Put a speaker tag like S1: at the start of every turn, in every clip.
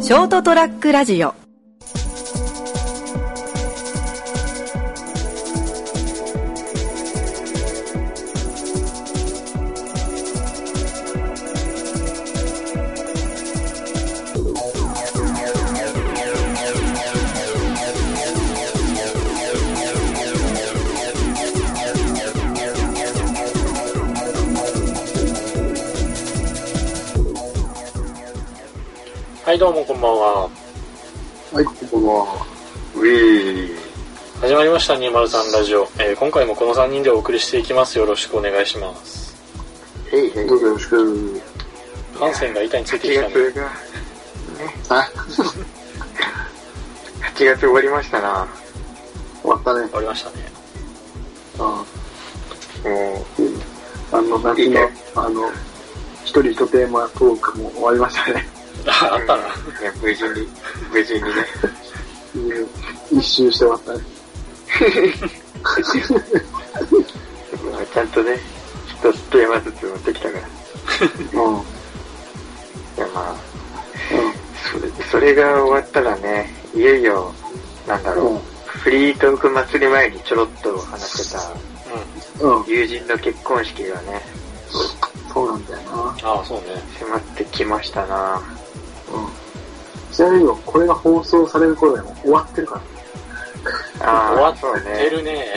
S1: ショートトラックラジオ
S2: はい、どうもこんばんは。
S3: はい、ここは。ウェーイ。
S2: 始まりました203ラジオ、えー今回もこの3人でお送りしていきます。よろしくお願いします。
S3: へいへい。どうぞよろしく。
S2: ハンセンが板についてき
S4: 8
S2: たね。
S4: 月が、
S3: あ、
S4: 8月終わりましたな。
S3: 終わったね
S2: 終。わりましたね。
S3: あ
S4: も
S3: あの、夏の、あの、一人一テーマトークも終わりました ね。
S2: あ、
S4: う、
S2: あったな。
S4: いや、無事に、無事にね。
S3: うん一周して終わ ったね。
S4: まあちゃんとね、一つテーマずつ持ってきたから。い
S3: うん。うん。
S4: や、まあ、それ、それが終わったらね、いよいよ、なんだろう、
S3: うん
S4: フリートーク祭り前にちょろっと話してた、
S2: うん。
S3: うん。
S4: 友人の結婚式がね、
S3: そうなんだよな。
S2: ああ、そうね。
S4: 迫ってきましたな。
S3: うん。ちなみに、これが放送される頃にはもう終わってるから。
S4: あ
S2: 終
S4: あ
S2: わ、
S4: そう
S2: って
S4: ね。
S2: るね。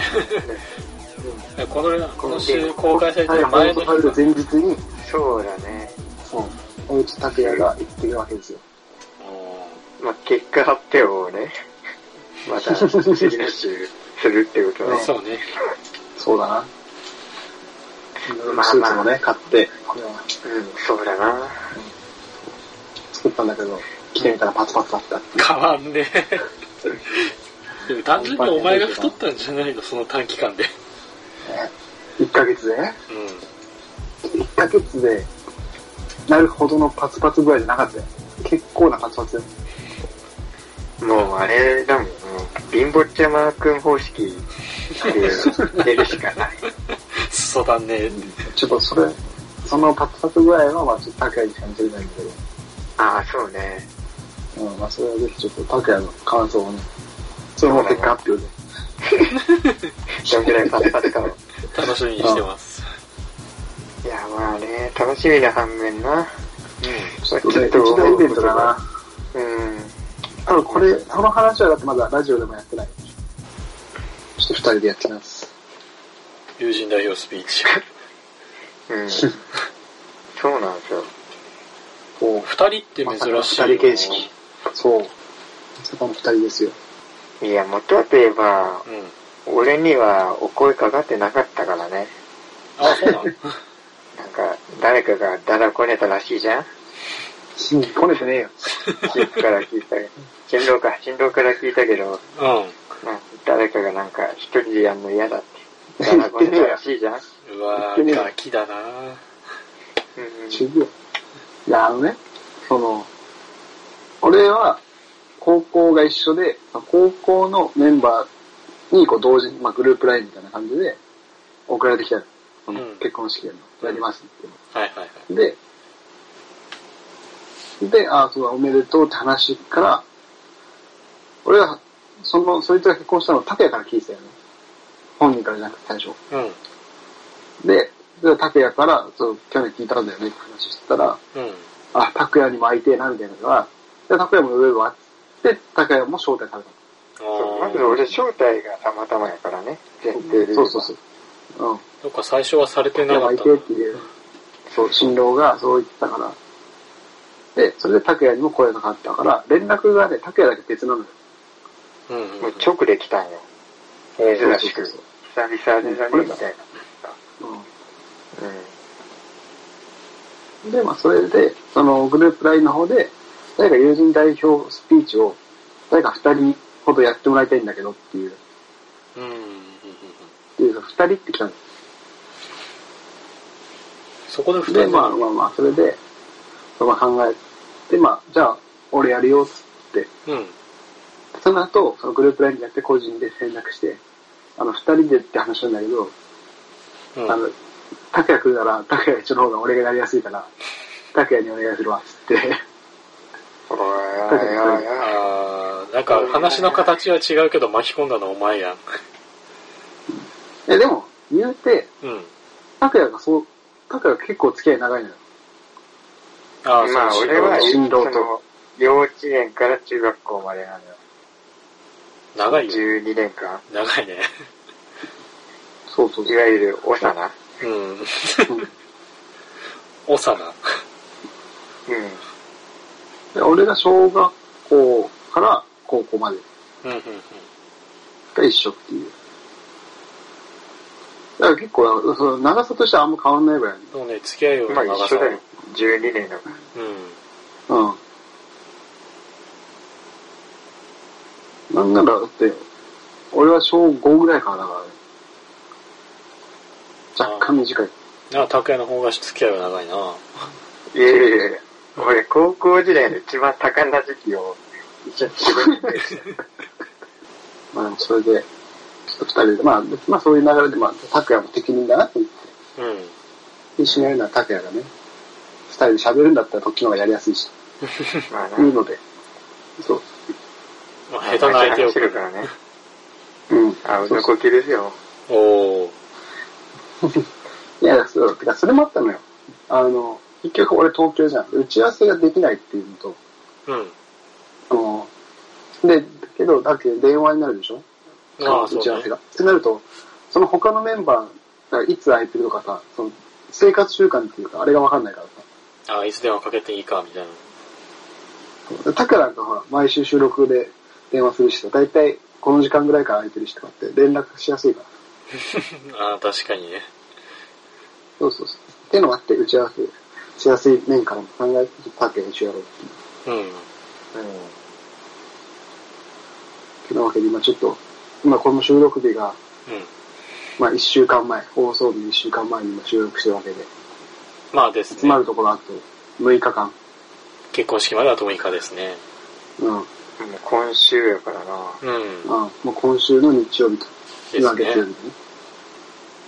S2: この、この週公開されて
S3: はい
S2: る前の
S3: 放送される
S2: 日
S3: 前日に、
S4: そうだね。
S3: うん。おうち拓也が行ってるわけですよ。
S4: まあ、結果発表をね、また次の週するってこと
S2: う
S4: は
S2: ん、そうね。
S3: そうだな。
S4: まあ
S3: スーツもね、買って、
S4: うん、そうだな。
S3: 作ったんだけど、着てみたらパツパツだったっていう。
S2: 変わんね。 でも単純にお前が太ったんじゃないの、その短期間で。
S3: 1ヶ月でね、
S2: うん。
S3: 1ヶ月で、なるほどのパツパツ具合じゃなかったよ。結構なパツパツよ。
S4: もうあれだもん、もう貧乏ちゃまくん方式っていう、出るしかない。
S2: 裾だね。
S3: ちょっとそれ、そのパツパツ具合は、まあちょっと高い感じれないんだ
S4: ああ、そうね。
S3: けど、うん、まあそれはぜひちょっと高也の感想をね、それも結果発表で。
S4: どんぐらいパツパツかを。
S2: 楽しみにしてます。
S4: いや、まあね、楽しみな反面な。
S3: ちょっとね、一大イベントだな。
S4: うん。
S3: 多分これ、この話はだってまだラジオでもやってない。ちょっと二人でやってきます。
S2: 友人代表スピーチ。
S4: うん。そうなんですよ。
S3: こ
S2: 二人って珍しいよな。
S3: まさか二人形式う、そう。そこの二人ですよ。
S4: いや、元はといえば、
S2: うん。
S4: 俺にはお声かかってなかったからね。
S2: あ、そうなの
S4: なんか、誰かがだらこねたらしいじゃん
S3: こねてねえよ。
S4: 新郎から聞い たけど、新郎か、新郎から聞いたけど、
S2: うん。
S4: なんか誰かがなんか一人でやるの嫌だって。だからこれらしいじゃん。
S2: うわー、ガキだなぁ
S3: 主義よ。いや、あのね、その、俺は、高校が一緒で、高校のメンバーに、こう、同時に、まあ、グループラインみたいな感じで、送られてきたの。その
S2: うん
S3: 結婚式やるの。やりますっていうの
S2: はいはいはい。
S3: で、で、あそうだ、おめでとうって話から、俺は、その、そいつが結婚したのを拓也から聞いてたよね。本人からじゃなくて最初。
S2: うん。
S3: で、じゃあ拓也から、そう、去年聞いたんだよねって話してたら、
S2: うん。
S3: あ、拓也にも会いてえな、みたいなのが、で、拓也も呼べば、で、拓也も招待された
S4: そう
S2: あ
S4: まず
S2: ー
S4: 俺正体がたまたまやからね。前提で言えば。
S3: そうそうそう。うん。
S2: そっか、最初はされてな
S3: 拓
S2: かっ
S3: 也
S2: たん
S3: が
S2: だ。
S3: 会いてえっていう、そう、新郎がそう言ってたから。で、それで拓也にも声がかかったから、連絡がね、拓也だけ別なのよ。
S2: うんうん
S4: もう直で来たんよ。珍しく。
S3: そう
S4: 久々でだね、みたい
S3: そうそう
S4: な。
S3: うん。で、まあ、それで、その、グループラインの方で、誰か友人代表スピーチを、誰か二人ほどやってもらいたいんだけどっていう、
S2: うん。うんうんうんうん
S3: っていうか、二人って来たんです
S2: そこで二
S3: で、
S2: 人
S3: まあまあまあ、それで、まあ考えて、まあ、じゃあ、俺やるよ、っつって。
S2: うん。
S3: その後、そのグループラインにやって個人で連絡して、あの、二人でって話なんだけど、
S2: うん。
S3: あの、拓也来るなら、拓也一緒の方が俺がやりやすいから、拓也にお願いするわ、っつって、
S4: うん。おいおいおいおいおい
S2: あーなんか話の形は違うけど巻き込んだのお前やん。
S3: え、でも、言うて、
S2: うん。
S3: 拓也がそう、拓也が結構付き合い長いのよ。
S2: ああ、
S4: まあ、
S2: そう
S4: 俺は、
S3: 新郎と
S4: その幼稚園から中学校までなのよ。
S2: 長いよ。
S4: 12年間。
S2: 長いね。
S3: そうそう
S4: いわゆる、幼。
S2: うん。
S3: うん
S2: おさな。
S4: うん。
S3: で俺が小学校から高校まで
S2: うんうんうん。
S3: が一緒っていう。だから結構、その長さとしてはあんま変わんないぐらいの。
S2: そうね、付き合いを
S4: まあ
S2: 長
S4: 一
S2: さ
S4: 緒だ
S2: は
S4: よ。。12年だから。
S3: うん。なんなら、だって、俺は小5ぐらいからだからね。若干短い。
S2: うん。あ、拓也の方が付き合いは長いな。
S4: いやいやいや俺、高校時代の一番多感な時期を、一緒に仕事に行ってる
S3: まあでもそれで、ちょっと二人で、まあ、まあそういう流れで、まあ、拓也も適任だなって言っ
S2: うん。
S3: て、一緒にやるのは拓也がね、二人で喋るんだったらこっちの方がやりやすいし、
S4: まあな
S3: いうので、そう。
S2: まあ、下手な相手を
S4: 話して。るからね。
S3: うん。
S4: あ、う
S3: そう
S4: の
S3: そ
S4: 呼吸ですよ。
S2: おー。
S3: ういや、そう、てかそれもあったのよ。あの、結局俺東京じゃん。打ち合わせができないっていうのと、
S2: うん。
S3: あの、で、だけど、だけど電話になるでしょ
S2: ああ、
S3: 打
S2: そ
S3: ち合わ
S2: う
S3: せ
S2: ね。
S3: が。ってなると、その他のメンバー、だからいつ空いてるとかさ、その生活習慣っていうか、あれがわかんないからさ。
S2: ああ、いつ電話かけていいか、みたいな。
S3: そうタクラんかほら、毎週収録で電話するしさ、だいたいこの時間ぐらいから空いてるしとかって連絡しやすいから。
S2: ああ、確かにね。
S3: そうそうそう。っていうのもあって、打ち合わせしやすい面からも考えて、タクヤ一緒やろうっていう
S2: うん。
S4: う
S3: てなわけで、今ちょっと、今この収録日が、
S2: うん。
S3: まあ1週間前、放送日1週間前に今収録してるわけで、
S2: まあです
S3: 集ま
S2: ね。
S3: るところあと6日間。
S2: 結婚式まであと6日ですね。
S3: うん。うん。
S4: ん。もう今週やからな。
S2: うん。
S3: もう今週の日曜日と。
S2: で
S3: 今
S2: す
S3: 月曜
S2: ね
S3: 日。ね。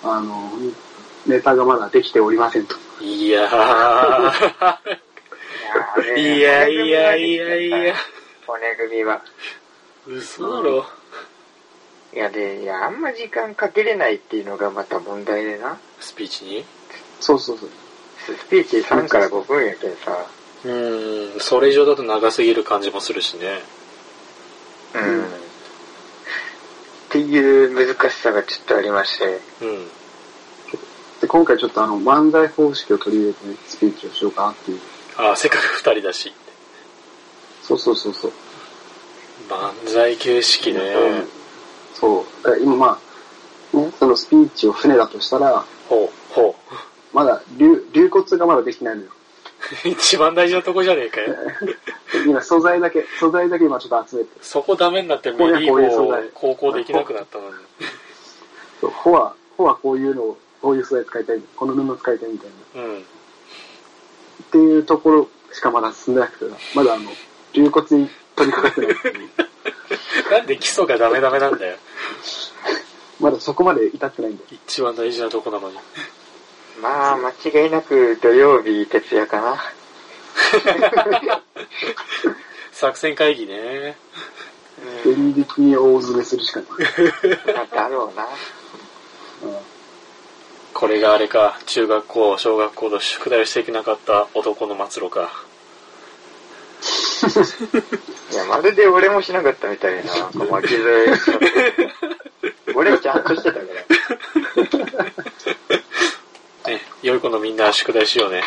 S3: あの、ネタがまだできておりませんと。
S2: いやー。いやいやいやいや。
S4: 骨組みは。
S2: 嘘だろ。
S4: いやで、いや、あんま時間かけれないっていうのがまた問題でな。
S2: スピーチに
S3: そうそうそう。
S4: スピーチ3から5分やけんさ。
S2: うーん、それ以上だと長すぎる感じもするしね。
S4: うんん。っていう難しさがちょっとありまして。
S2: うん。
S3: で、今回ちょっとあの、漫才方式を取り入れてね、スピーチをしようかなっていう。
S2: あー、せっかく二人だし。
S3: そうそうそうそう。
S2: 漫才形式ね。
S3: うんそう。だから今まあ、ね、そのスピーチを船だとしたら、
S2: ほう、ほ
S3: まだ、流、流骨がまだできてないのよ。
S2: う。 一番大事なとこじゃねえかよ。
S3: 今、素材だけ、素材だけ今ちょっと集めて。
S2: そこダメになってメ
S3: これ
S2: リー
S3: こういう
S2: ゴ
S3: 素
S2: ー
S3: 材
S2: を高校できなくなったのに。
S3: そう、ほは、ほはこういうのを、こういう素材使いたい、この布使いたいみたいな。
S2: うん。
S3: っていうところしかまだ進んでなくて、まだあの、流骨に取り掛かってないっていう。
S2: なんで基礎がダメダメなんだよ。
S3: まだそこまで至ってないんだよ。
S2: 一番大事なとこなのに。
S4: まあ、間違いなく土曜日徹夜かな。
S2: 作戦会議ね。
S4: うん。
S3: 現実に大詰めするしかない。
S4: まあだろうな。
S3: うん
S2: これがあれか、中学校、小学校の宿題をしていけなかった男の末路か。
S4: いや、まるで俺もしなかったみたいな、なんか巻き添えしちゃって。 俺はちゃんとしてたから。
S2: ね、良い子のみんな宿題しようね。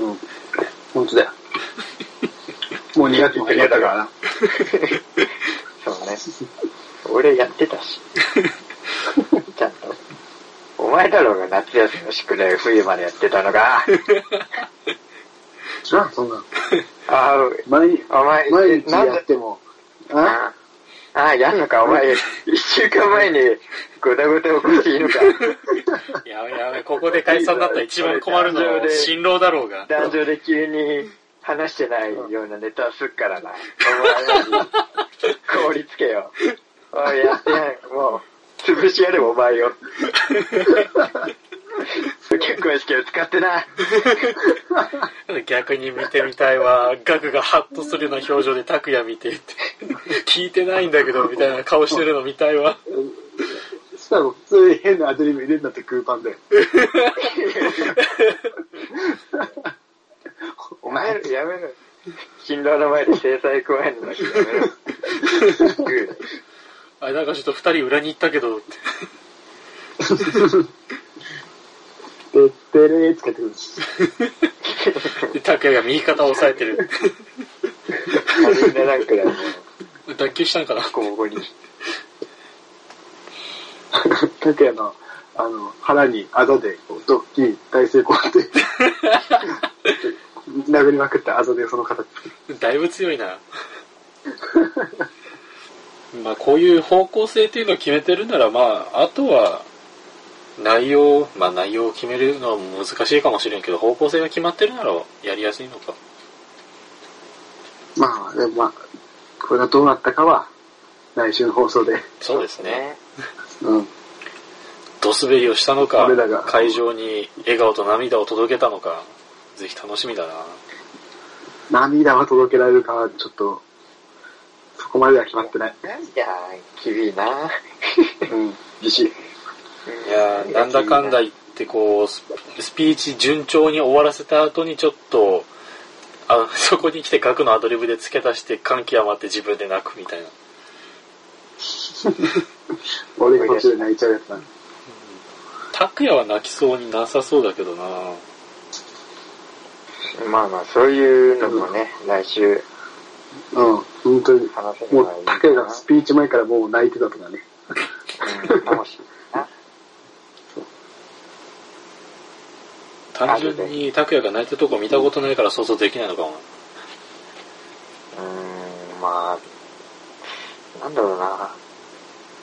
S3: うん。本当だよ。もう2月も始まったからな。
S4: そうね。俺やってたし。ちゃんと。お前だろうが夏休みの宿題を冬までやってたのが。
S3: 知らん、そんなの。
S4: あ
S3: 毎日、
S4: あ、お前、
S3: 毎日
S4: なん
S3: やっ
S4: だ
S3: ても、あ
S4: あああ、やんのか、お前。一週間前にごたごた起こしていいのか。
S2: やべやべ、ここで解散だったら一番困るのは新郎だろうが。
S4: 壇上で急に話してないようなネタをすっか らな。お前、凍りつけよ。おい、やってやん。もう、潰しやれ、お前よ。結婚式を使ってな。
S2: 逆に見てみたいわ。ガクがハッとするような表情で拓也見てって。聞いてないんだけど、みたいな顔してるの見たいわ。
S3: そしたらもう普通に変なアドリブ入れんだって空間で。
S4: お前らやめろ。新郎の前で制裁加えるのやめろ。グ
S2: あれなんかちょっと二人裏に行ったけどって、
S3: てってれーつけてくるし。
S2: で拓也が右肩を押さえてる。
S4: ー。みんななんかだもう、
S2: 脱臼したんかな
S4: ここに。
S3: たけやの、あの、腹にあざで、こう、ドッキリ、大成功って。 殴りまくったあざでその形作る。
S2: だいぶ強い な。まあこういう方向性っていうのを決めてるならまあ、あとは内容、まあ内容を決めるのは難しいかもしれんけど、方向性が決まってるならやりやすいのか。
S3: まあ、でもまあ、これがどうなったかは、来週の放送で。
S2: そうですね。
S3: うん。
S2: ドスベリをしたのか
S3: 俺らが、
S2: 会場に笑顔と涙を届けたのか、ぜひ楽しみだな。
S3: 涙は届けられるかは、ちょっと、そこまでは決まってない。
S4: なんだ、厳いな。
S3: うん。自信。
S2: いやーなんだかんだ言ってこうススピーチ順調に終わらせた後にちょっとあそこに来てガクのアドリブで付け足して感極まって自分で泣くみたいな
S3: 俺が途中で泣いちゃうやつなんで。
S2: 拓也は泣きそうになさそうだけどな
S4: まあまあ、そういうのもね、来週
S3: うん。本当に。
S4: 話せ
S3: も、
S4: ればいういか
S3: た
S4: な。
S3: けがスピーチ前からもう泣いてたとかね。
S4: うんかもしれないな。
S2: 単純に拓也が泣いてるとこ見たことないから想像できないのかも
S4: うーん、まあ、なんだろうな。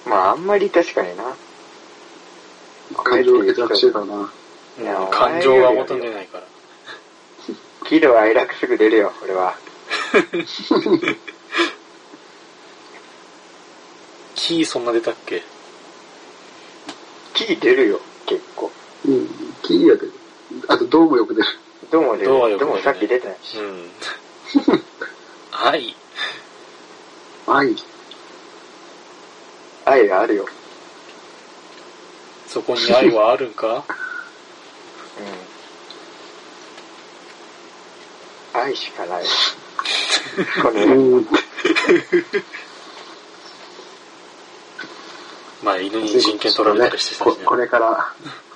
S4: まあ、あんまり確かにな。
S3: 感情を欠落してたな。
S4: いや
S2: うん感情は求めないから
S4: 喜怒哀楽すぐ出るよ、俺は。
S2: キーそんな出たっけ
S4: キー出るよ、結構。
S3: うん。キーやけど。あと、どうもよく出る。
S4: どうも出
S2: どうもよく
S4: る。ど
S2: 出る
S4: うも
S2: ね
S4: さっき出たし
S2: う。んはい
S3: 愛。
S4: 愛があるよ。
S2: そこに愛はあるんか
S4: うん。愛しかない。こ
S3: う
S4: の世
S3: ん。
S2: まあ犬に人権取られたりしてた
S3: こ
S2: しね
S3: これから、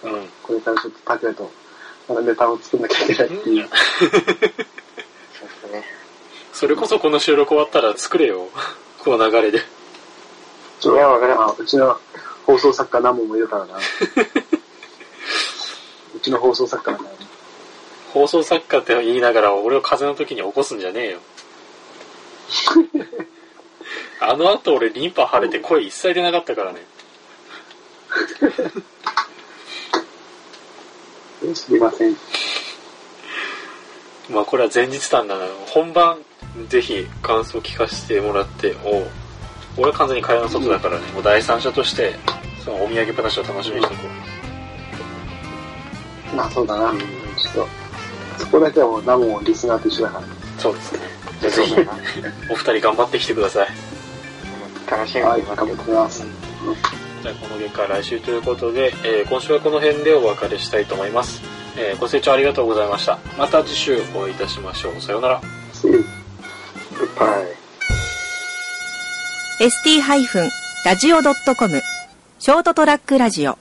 S2: うん
S3: これからちょっと拓也と、またネタを作んなきゃいけないっていう。
S4: そうですね。
S2: それこそこの収録終わったら作れよ。 この流れで。
S3: ちょ
S4: いやわからん
S3: まあうちの放送作家何本もいるからな。うちの放送作家だからね。
S2: 放送作家って言いながら俺を風邪の時に起こすんじゃねえよ。 あの後俺リンパ腫れて声一切出なかったからね。
S3: 知りません。
S2: まあこれは前日談だな。本番、ぜひ感想聞かせてもらって、おう俺は完全に会話の外だからね、もう第三者として、そのお土産話を楽しみにしておこ
S3: まあそうだな。ちょっと、そこだけはもう何もリスナーと一緒だから。
S2: う。そうですね。
S4: じゃあ、
S2: ぜ
S4: そう
S2: ひ
S4: だな。
S2: お二人頑張ってきてください。
S4: 楽しみ
S3: はい、
S4: に
S3: 頑
S4: 待っ
S3: 張
S4: てる
S3: ってます。
S2: じゃあこの月から来週ということで、えー今週はこの辺でお別れしたいと思います、えーご清聴ありがとうございましたまた次週お会いいたしましょうさようなら
S3: うん
S4: はい。
S1: ST-radio.com ショートトラックラジオ